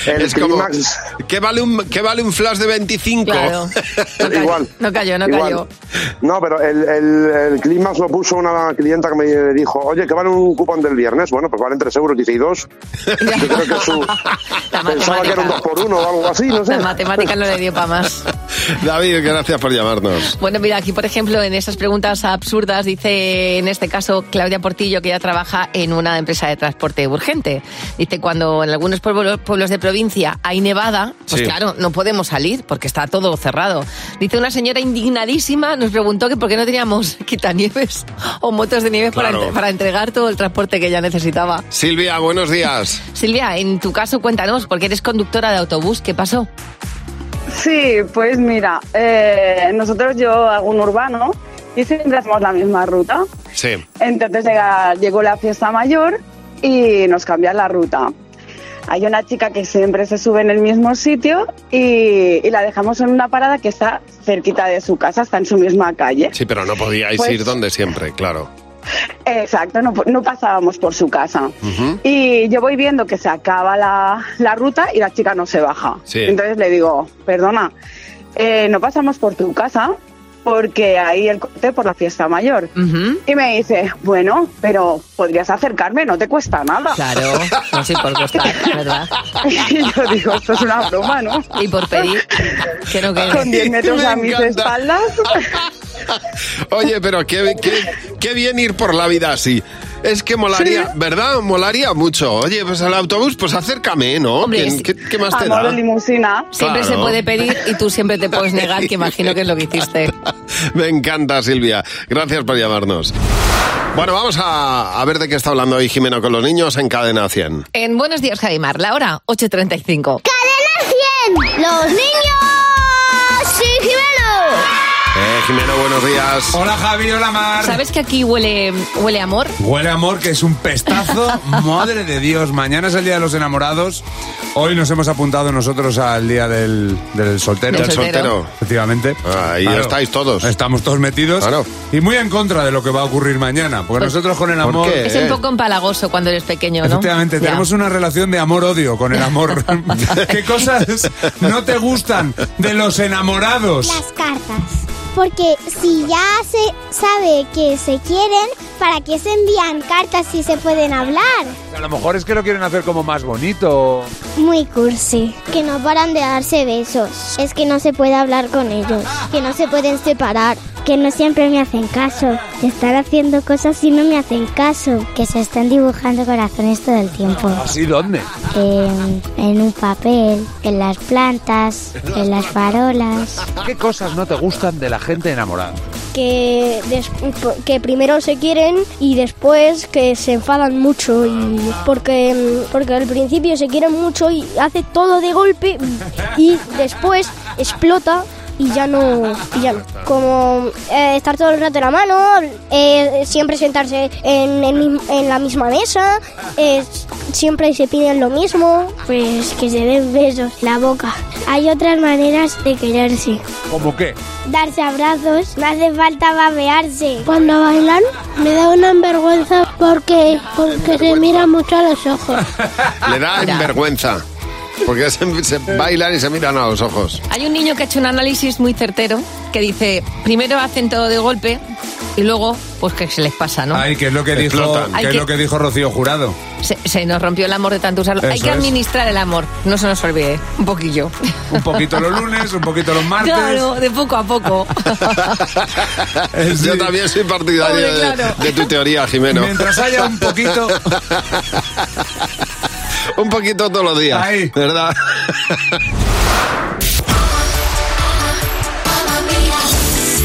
el Es como, clímax- ¿qué vale un, qué vale un flash de 25? Claro. Igual. No cayó, no Igual. cayó. No, pero el, el, el clímax lo puso una clienta que me dijo, oye, que vale un cupón del viernes. Bueno, pues valen 3 euros, dice, [LAUGHS] y dos. [LAUGHS] Yo creo que su... Pensaba que era un 2 por 1 o algo así, no sé. La matemática no le dio para más. [LAUGHS] David, gracias por llamarnos. Bueno, mira, aquí por ejemplo, en esas preguntas absurdas, dice en este caso Claudia Portillo, que ya trabaja en una empresa de transporte urgente. Dice, cuando en algunos pueblos, pueblos de provincia hay nevada, pues Sí. claro, no podemos salir porque está todo cerrado. Dice una señora indignadísima, nos preguntó que por qué no teníamos [LAUGHS] quitanieves o motos de nieve para, Claro. entre- para entregar todo el transporte que ella necesitaba. Silvia, buenos días. Silvia, en tu caso cuéntanos, porque eres conductora de autobús, ¿qué pasó? Sí, pues mira, eh, nosotros yo hago un urbano y siempre hacemos la misma ruta. Sí. Entonces llega- llegó la fiesta mayor y nos cambian la ruta. Hay una chica que siempre se sube en el mismo sitio y, y la dejamos en una parada que está cerquita de su casa, está en su misma calle. Sí, pero no podíais Pues- ir donde siempre, claro. Exacto, no, no pasábamos por su casa. Ujú. Y yo voy viendo que se acaba la, la ruta y la chica no se baja. Sí. Entonces le digo, perdona, eh, no pasamos por tu casa porque ahí el corte por la fiesta mayor. Y me dice, bueno, pero podrías acercarme, no te cuesta nada. Claro, no sé por costar, ¿verdad? [LAUGHS] Y yo digo, esto es una broma, ¿no? Y por pedir, que no quede. Con 10 metros [LAUGHS] Me a mis encanta. espaldas. [LAUGHS] Oye, pero qué, qué- qué bien ir por la vida así. Es que molaría, ¿verdad? Molaría mucho. Oye, pues al autobús, pues acércame, ¿no? ¿Qué, qué- qué más te Amor da? de limusina. Siempre se Claro. puede pedir y tú siempre te puedes negar, que imagino que es lo que hiciste. [LAUGHS] Me encanta, Silvia. Gracias por llamarnos. Bueno, vamos a, a ver de qué está hablando hoy Jimeno con los niños en Cadena 100. En Buenos Días, Javimar, la hora 8.35. ¡Cadena 100! ¡Los niños! ¡Sí, Eh, Jimeno, buenos días. Hola, Javi, hola, Mar. ¿Sabes que aquí huele, huele a amor? Huele amor, que es un pestazo. [LAUGHS] Madre de Dios, mañana es el Día de los Enamorados. Hoy nos hemos apuntado nosotros al Día del, del soltero. Del Del soltero. soltero. Efectivamente. Ahí estáis todos. Estamos todos metidos. Y muy en contra de lo que va a ocurrir mañana. Porque Pues- nosotros con el ¿Por amor... eh, Es un poco empalagoso cuando eres pequeño, ¿no? Efectivamente, Ya. tenemos una relación de amor-odio con el [LAUGHS] amor. ¿Qué cosas no te gustan de los enamorados? cartas. Porque si ya se sabe que se quieren, ¿para qué se envían cartas si se pueden hablar? A lo mejor es que lo quieren hacer como más bonito. Muy cursi. Que no paran de darse besos. Es que no se puede hablar con ellos. Que no se pueden separar. Que no siempre me hacen caso. Que están haciendo cosas y no me hacen caso. Que se están dibujando corazones todo el tiempo. ¿Así dónde? En, en un papel, en las plantas, en las farolas. ¿Qué cosas no te gustan de la gente enamorada? Que, que primero se quieren y después que se enfadan mucho. Y porque, porque al principio se quieren mucho y hace todo de golpe y después explota. Y ya no, y ya no. Como eh, estar todo el rato en la mano, eh, siempre sentarse en, el mi- en la misma mesa, eh, siempre se piden lo mismo. Pues que se den besos, la boca. Hay otras maneras de quererse ¿Cómo qué? darse abrazos, no hace falta babearse. Cuando bailan me da una vergüenza porque, porque se mira mucho a los ojos. Le da Ah, vergüenza. Porque se, se bailan y se miran a los ojos. Hay un niño que ha hecho un análisis muy certero que dice, primero hacen todo de golpe y luego, pues que se les pasa, ¿no? Ay, que es lo que dijo, Explotan. que Hay es que- lo que dijo Rocío Jurado. Se, se nos rompió el amor de tanto usarlo. Eso Hay que es. administrar el amor, no se nos olvide, un poquillo. Un poquito los lunes, un poquito los martes. Claro, de poco a poco. Eh, Yo también soy partidario Hombre, de- claro. de, tu teoría, Jimeno. Mientras haya un poquito. un poquito todos los días. ¿Verdad?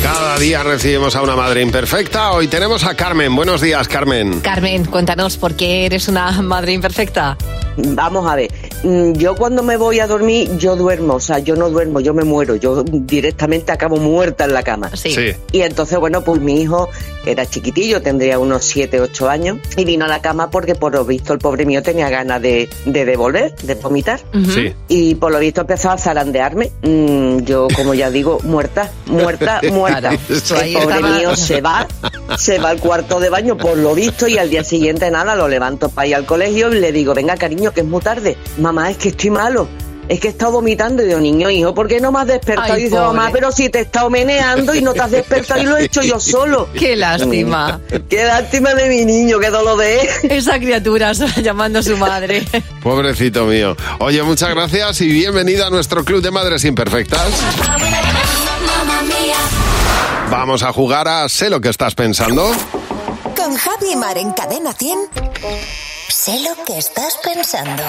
Cada día recibimos a una madre imperfecta. Hoy tenemos a Carmen. Buenos días, Carmen. Carmen, cuéntanos por qué eres una madre imperfecta. Vamos a ver, mm, yo cuando me voy a dormir, yo duermo, o sea, yo no duermo, yo me muero, yo directamente acabo muerta en la cama. Sí. Y entonces, bueno, pues mi hijo, que era chiquitillo, tendría unos 7, 8 años, y vino a la cama porque por lo visto el pobre mío tenía ganas de, de devolver, de vomitar. ¿Mm? Sí. Y por lo visto empezó a zarandearme. Mm, yo, como ya digo, muerta, [LAUGHS] muerta, muerta. Claro, tú ahí el pobre estabas. mío se va, se va al cuarto de baño, por lo visto, y al día siguiente nada, lo levanto para ir al colegio y le digo, venga cariño, que es muy tarde. Mamá, es que estoy malo. Es que he estado vomitando y digo, niño, hijo, ¿por qué no me has despertado? Ay, y dice, mamá, pobre. pero si te he estado meneando y no te has despertado y lo he hecho yo solo. Qué lástima. Qué lástima de mi niño, qué dolor de él. Esa criatura llamando a su madre. Pobrecito mío. Oye, muchas gracias y bienvenido a nuestro club de madres imperfectas. Vamos a jugar a Sé lo que estás pensando. Con Javi Mar en Cadena 100. Sé lo que estás pensando.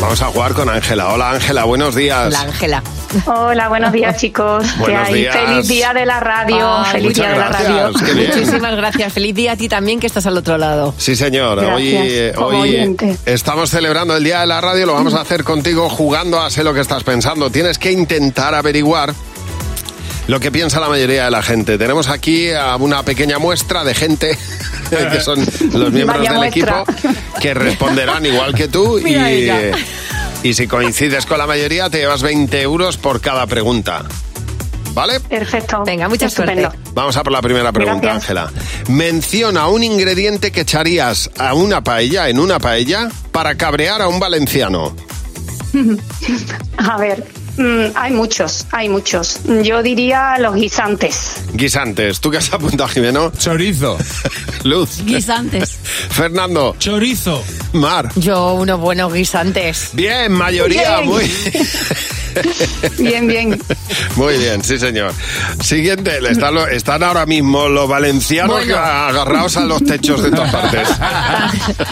Vamos a jugar con Ángela. Hola, Ángela, buenos días. Ángela. Hola, buenos [LAUGHS] días, chicos. ¿Qué Buenos hay? días. Feliz día de la radio. Ay, Feliz muchas día gracias, de la radio. qué bien. Muchísimas gracias. Feliz día a ti también que estás al otro lado. Sí, señor. Gracias, hoy eh, como hoy oyente. estamos celebrando el Día de la Radio. Lo vamos a hacer contigo jugando a Sé lo que estás pensando. Tienes que intentar averiguar lo que piensa la mayoría de la gente. Tenemos aquí a una pequeña muestra de gente [LAUGHS] [LAUGHS] que son los miembros Vaya del muestra. equipo que responderán igual que tú [LAUGHS] Mira y, ella. y si coincides con la mayoría te llevas 20 euros por cada pregunta. ¿Vale? Perfecto. Venga, mucha Estupendo. suerte. Vamos a por la primera pregunta, Gracias. Ángela. Menciona un ingrediente que echarías a una paella, en una paella, para cabrear a un valenciano. A ver, mm, hay muchos, hay muchos. Yo diría los guisantes. Guisantes. ¿Tú qué has apuntado, Jimeno? Chorizo. Luz. Guisantes. Fernando. Chorizo. Mar. Yo unos buenos guisantes. Bien, mayoría. Bien. Muy, Bien, [LAUGHS] bien. muy bien, sí, señor. Siguiente. le Están, lo- están ahora mismo los valencianos Bueno. agarrados a los techos de [LAUGHS] todas partes.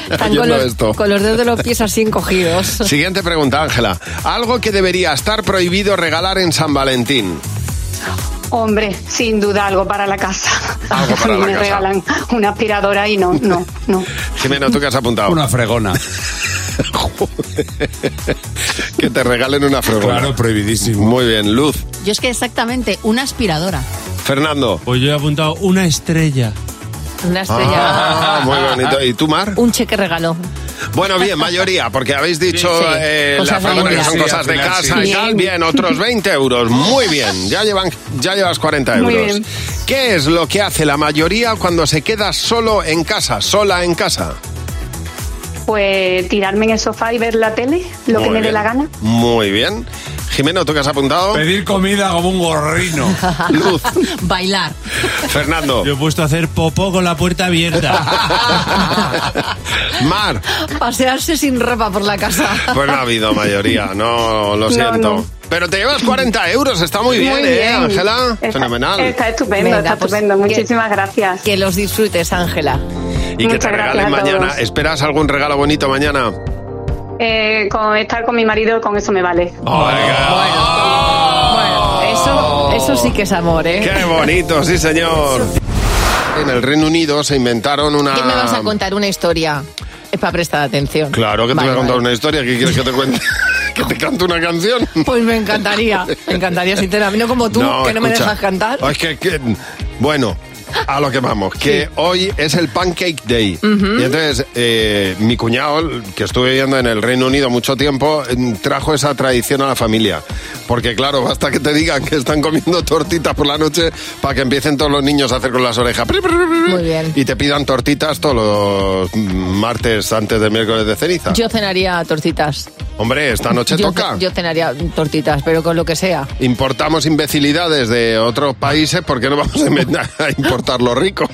Están Oyendo con los, esto. con los dedos de los pies así encogidos. [LAUGHS] Siguiente pregunta, Ángela. Algo que debería estar prohibido regalar en San Valentín. Hombre, sin duda algo para la casa. [LAUGHS] Algo para la me casa. regalan una aspiradora y no, no, no. [LAUGHS] Jimeno, ¿tú qué has apuntado? Una fregona. que te regalen una fregona. Claro, prohibidísimo. Muy bien, Luz. Yo es que exactamente una aspiradora. Fernando. Pues yo he apuntado una estrella. Una estrella. Ah, muy bonito. ¿Y tú, Mar? Un cheque regalo. Bueno, bien, mayoría, porque habéis dicho Sí. eh, Cosas la fregona que varias. son Sí, cosas al de final casa sí. y tal. Bien, otros 20 euros. Muy bien, ya, llevan, ya llevas 40 euros. Muy bien. ¿Qué es lo que hace la mayoría cuando se queda solo en casa, sola en casa? Pues tirarme en el sofá y ver la tele, lo Muy que me dé bien. la gana. Muy bien. Jimeno, ¿tú qué has apuntado? Pedir comida como un gorrino. Luz. Bailar. Fernando. Yo he puesto a hacer popó con la puerta [LAUGHS] abierta. [LAUGHS] Mar. Pasearse sin ropa por la casa. Pues no ha habido mayoría, no, lo No, siento. no. Pero te llevas 40 euros, está muy bien, ¿eh, Ángela? Fenomenal. Está estupendo, Venga, está pues, estupendo. que- Muchísimas gracias. Que los disfrutes, Ángela. Y que te Muchas gracias regalen a todos. mañana. ¿Esperas algún regalo bonito mañana? Eh, con estar con mi marido, con eso me vale. Oh, Eso, eso sí que es amor, ¿eh? ¡Qué bonito, sí, señor! En el Reino Unido se inventaron una. ¿Qué me vas a contar una historia? Es para prestar atención. Claro que te Vale, voy a contar vale. una historia. ¿Qué quieres que te cuente? [LAUGHS] ¿Que te cante una canción? Pues me encantaría, me encantaría, sinceramente, no como tú, que no me escucha. dejas cantar. Es que, que- bueno, a lo que vamos, que hoy es el Pancake Day. Ujú. Y entonces, eh, mi cuñado, que estuve viviendo en el Reino Unido mucho tiempo, mm, trajo esa tradición a la familia. Porque, claro, basta que te digan que están comiendo tortitas por la noche para que empiecen todos los niños a hacer con las orejas. Muy bien. Y te pidan tortitas todos los martes antes del miércoles de ceniza. Yo cenaría tortitas. Hombre, esta noche yo, toca. Yo cenaría tortitas, pero con lo que sea. Importamos imbecilidades de otros países, ¿por qué no vamos a inven- [LAUGHS] a importar [LAUGHS] lo rico?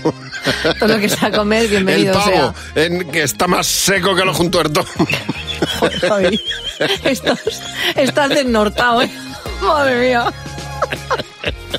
Todo lo que sea comer, El bienvenido pavo, en- que está más seco que los juntuertos. [LAUGHS] sea. Ay, estás, estás desnortado, ¿eh? Madre mía.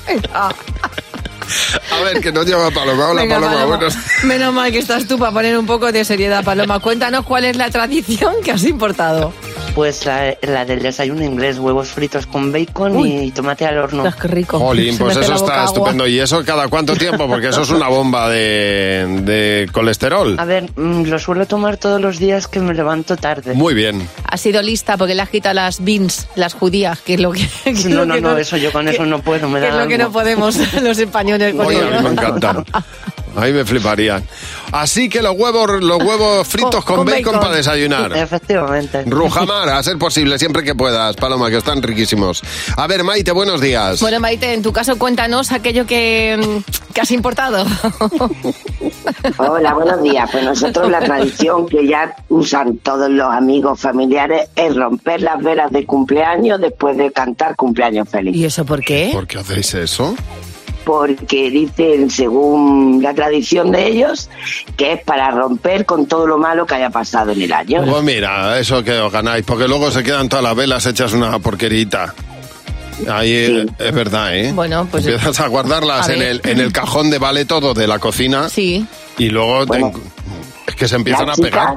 Venga, A ver, que no lleva paloma. Hola, venga, paloma. Paloma. buenos- Menos mal que estás tú para poner un poco de seriedad, Paloma. Cuéntanos cuál es la tradición que has importado. Pues la, la del desayuno inglés, huevos fritos con bacon Uy. y tomate al horno. Qué rico. Jolín, Se pues me hace eso la boca está agua. estupendo. ¿Y eso cada cuánto tiempo? Porque eso es una bomba de, de colesterol. A ver, mm, lo suelo tomar todos los días que me levanto tarde. Muy bien. Ha sido lista porque le has quitado las beans, las judías, que es lo que... que es No, lo no, que no, eso yo con eso no puedo, me que da es lo que no algo. podemos [LAUGHS] los españoles con Oye, a ello. mí me encantan. A mí me fliparían. Así que los huevos, los huevos fritos con, con bacon, bacon. para desayunar. Efectivamente. Rujamar, a ser posible, siempre que puedas, Paloma, que están riquísimos. A ver, Maite, buenos días. Bueno, Maite, en tu caso cuéntanos aquello que, mm, que has importado. Hola, buenos días. Pues nosotros la tradición que ya usan todos los amigos familiares es romper las velas de cumpleaños después de cantar cumpleaños feliz. ¿Y eso por qué? ¿Por qué hacéis eso? Porque dicen, según la tradición de ellos, que es para romper con todo lo malo que haya pasado en el año. Pues mira, eso que os ganáis, porque luego se quedan todas las velas hechas una porquerita. Ahí eh, es verdad, ¿eh? Bueno, pues- Empiezas a guardarlas A en ver. el, en el cajón de vale todo de la cocina. Sí. Y luego te en- es que se empiezan la a chica, pegar.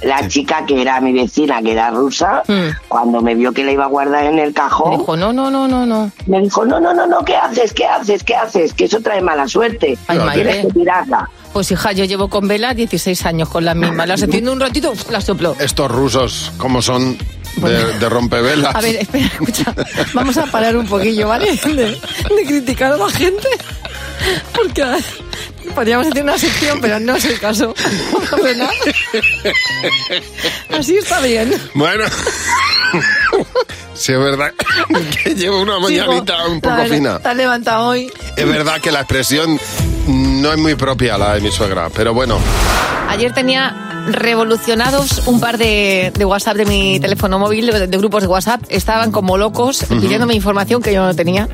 La chica que era mi vecina, que era rusa, cuando me vio que la iba a guardar en el cajón, Dijo, no, no, no, no, no. me dijo, no, no, no, no, ¿qué haces? ¿Qué haces? ¿Qué haces? Que eso trae mala suerte. Ay, madre. Tienes que tirarla. Pues hija, yo llevo con velas 16 años con las mismas. Las enciendo un ratito, uf, las soplo. Estos rusos, como son de, de rompevelas. A ver, espera, escucha. Vamos a parar un poquillo, ¿vale? De, de criticar a la gente. Porque podríamos hacer una sección, pero no es el caso. Vamos a frenar. Así está bien. Bueno. [LAUGHS] sí, es verdad [LAUGHS] que llevo una mañanita Chico, un poco la verdad, fina. Te has levantado hoy. Es verdad que la expresión no es muy propia la de mi suegra, pero bueno. Ayer tenía revolucionados un par de, de WhatsApp de mi teléfono móvil, de, de grupos de WhatsApp. Estaban como locos Ujú. pidiéndome información que yo no tenía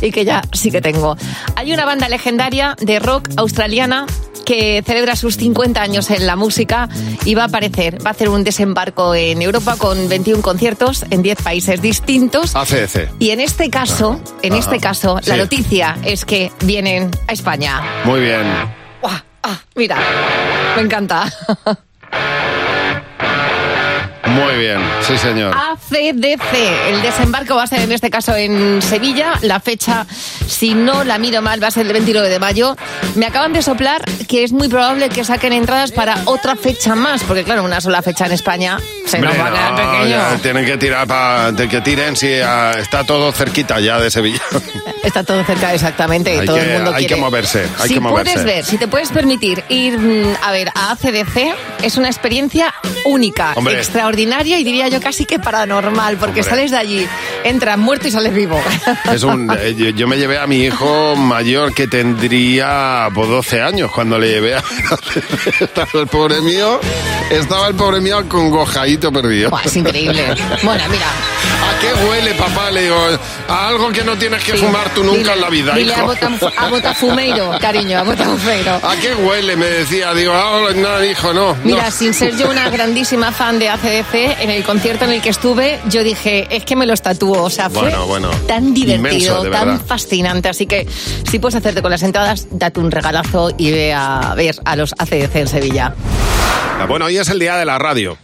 y que ya sí que tengo. Hay una banda legendaria de rock australiana que celebra sus 50 años en la música y va a aparecer, va a hacer un desembarco en Europa con 21 conciertos en 10 países distintos. ACC. Y en este caso, en Ajá. este caso, la Ah. Sí. noticia es que vienen a España. ah, Muy bien. Mira, me encanta. Muy bien. Sí, señor. Ah, ACDC. El desembarco va a ser en este caso en Sevilla. La fecha, si no la miro mal, va a ser el 29 de mayo. Me acaban de soplar que es muy probable que saquen entradas para otra fecha más, porque claro, una sola fecha en España se nos Hombre, va a quedar no, pequeño. ya tienen que tirar para que tiren si ah, está todo cerquita ya de Sevilla. [LAUGHS] Está todo cerca, exactamente. hay todo que, el mundo hay quiere. que moverse, hay si que moverse. puedes ver, si te puedes permitir ir mm, a ver a ACDC, es una experiencia única, Hombre. extraordinaria y diría yo casi que paranormal, porque Hombre. sales de allí, entras muerto y sales vivo. Es un, eh, yo, yo me llevé a mi hijo mayor que tendría pues, 12 años cuando le llevé a [LAUGHS] estaba el pobre mío, estaba el pobre mío con gojadito perdido. Buah, es increíble. Bueno, mira. ¿A qué huele, papá? Le digo, a algo que no tienes que Sí. fumar tú nunca Dile- en la vida, Dile a, hijo. Botam- a Botafumeiro, cariño, a Botafumeiro. ¿A qué huele? Me decía, digo, ah, no, hijo, no. no". Mira, sin ser yo una grandísima fan de ACDC, en el concierto en el que estuve, yo dije, es que me los tatúo. O sea, fue Bueno, bueno. tan divertido, Inmenso, de tan verdad. fascinante. Así que si puedes hacerte con las entradas, date un regalazo y ve a ver a los ACDC en Sevilla. Ah, Bueno, hoy es el día de la radio.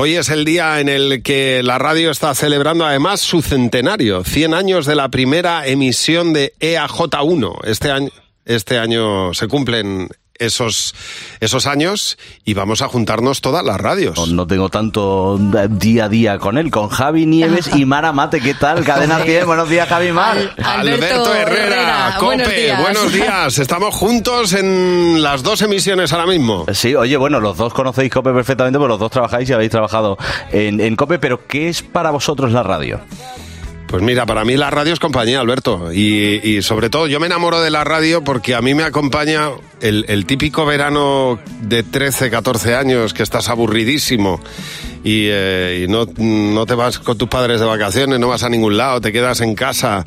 Hoy es el día en el que la radio está celebrando además su centenario, 100 años de la primera emisión de E EAJ1. Este año, este año se cumplen esos, esos años y vamos a juntarnos todas las radios. Pues No tengo tanto eh, día a día con él, con Javi Nieves y Mara Mate. ¿Qué tal? Cadena 100. Buenos días, Javi Mar. Alberto Herrera, COPE, buenos días. Estamos juntos en las dos emisiones ahora mismo. Sí, oye, bueno, los dos conocéis COPE perfectamente, porque los dos trabajáis y habéis trabajado en, en COPE, pero ¿qué es para vosotros la radio? Pues mira, para mí la radio es compañía, Alberto. Y, y sobre todo yo me enamoro de la radio porque a mí me acompaña el, el típico verano de 13, 14 años que estás aburridísimo y, eh, y no, no te vas con tus padres de vacaciones, no vas a ningún lado, te quedas en casa.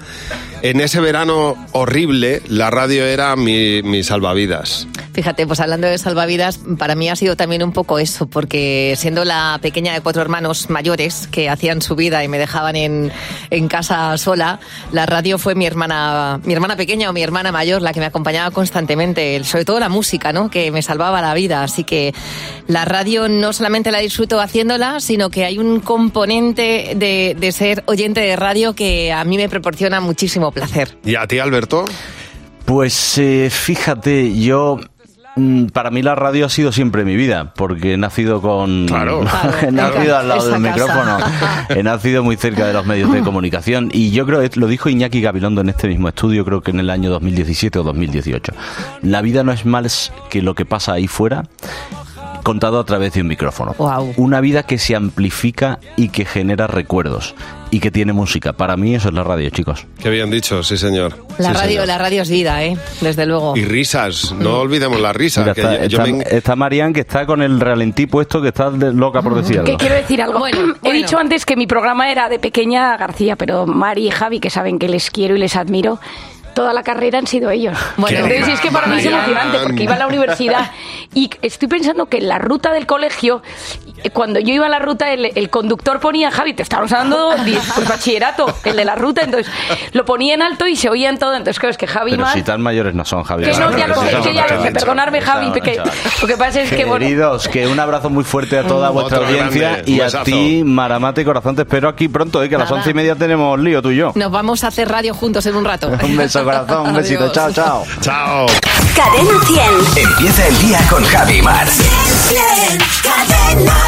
En ese verano horrible, la radio era mi, mi salvavidas. Fíjate, pues hablando de salvavidas, para mí ha sido también un poco eso, porque siendo la pequeña de cuatro hermanos mayores que hacían su vida y me dejaban en, en casa sola, la radio fue mi hermana, mi hermana pequeña o mi hermana mayor la que me acompañaba constantemente, sobre todo la música, ¿no? Que me salvaba la vida. Así que la radio no solamente la disfruto haciendo, sola, sino que hay un componente de, de ser oyente de radio que a mí me proporciona muchísimo placer. ¿Y a ti, Alberto? Pues eh, fíjate, yo. mm, Para mí la radio ha sido siempre mi vida, porque he nacido con... [LAUGHS] Claro. he nacido al lado Esa del casa. [LAUGHS] micrófono, he nacido muy cerca de los medios de comunicación y yo creo, lo dijo Iñaki Gabilondo en este mismo estudio, creo que en el año 2017 o 2018, la vida no es más que lo que pasa ahí fuera contado a través de un micrófono. Una vida que se amplifica y que genera recuerdos y que tiene música. Para mí eso es la radio, chicos. Qué bien dicho, sí, señor. La Sí, radio, señor. la radio es vida, ¿eh? Desde luego. Y risas, Pues no olvidemos las risas. Mira, que está, yo- yo está- me- está Marian que está con el ralentí puesto, que está de- loca por decir algo. Que quiero decir algo. He dicho antes que mi programa era de pequeña García, pero Mari y Javi, que saben que les quiero y les admiro, toda la carrera han sido ellos. Bueno, Entonces, es que para mí es Marian. emocionante Ah, porque iba a la universidad y estoy pensando que en la ruta del colegio, eh, cuando yo iba a la ruta, el, el conductor ponía, Javi, te estábamos dando di- pues, bachillerato, el de la ruta, entonces lo ponía en alto y se oía en todo. Entonces, claro, es que Javi Pero más. si tan mayores no son, Javi. Que no, Claro, ya lo sí sé, son, que ya lo sé, chavales. perdonadme, Javi, Son, que- chavales. lo que pasa es que, bueno, Queridos, que un abrazo muy fuerte a toda Mm. vuestra Otro audiencia grande, y un a besazo. ti, Maramate Corazón. Te espero aquí pronto, eh, que a las Nada. once y media tenemos lío tú y yo. Nos vamos a hacer radio juntos en un rato. Un beso, corazón, un besito. Adiós. Chao, chao. Chao. Cadena 100. Empieza el día con Javi Mar. Cadena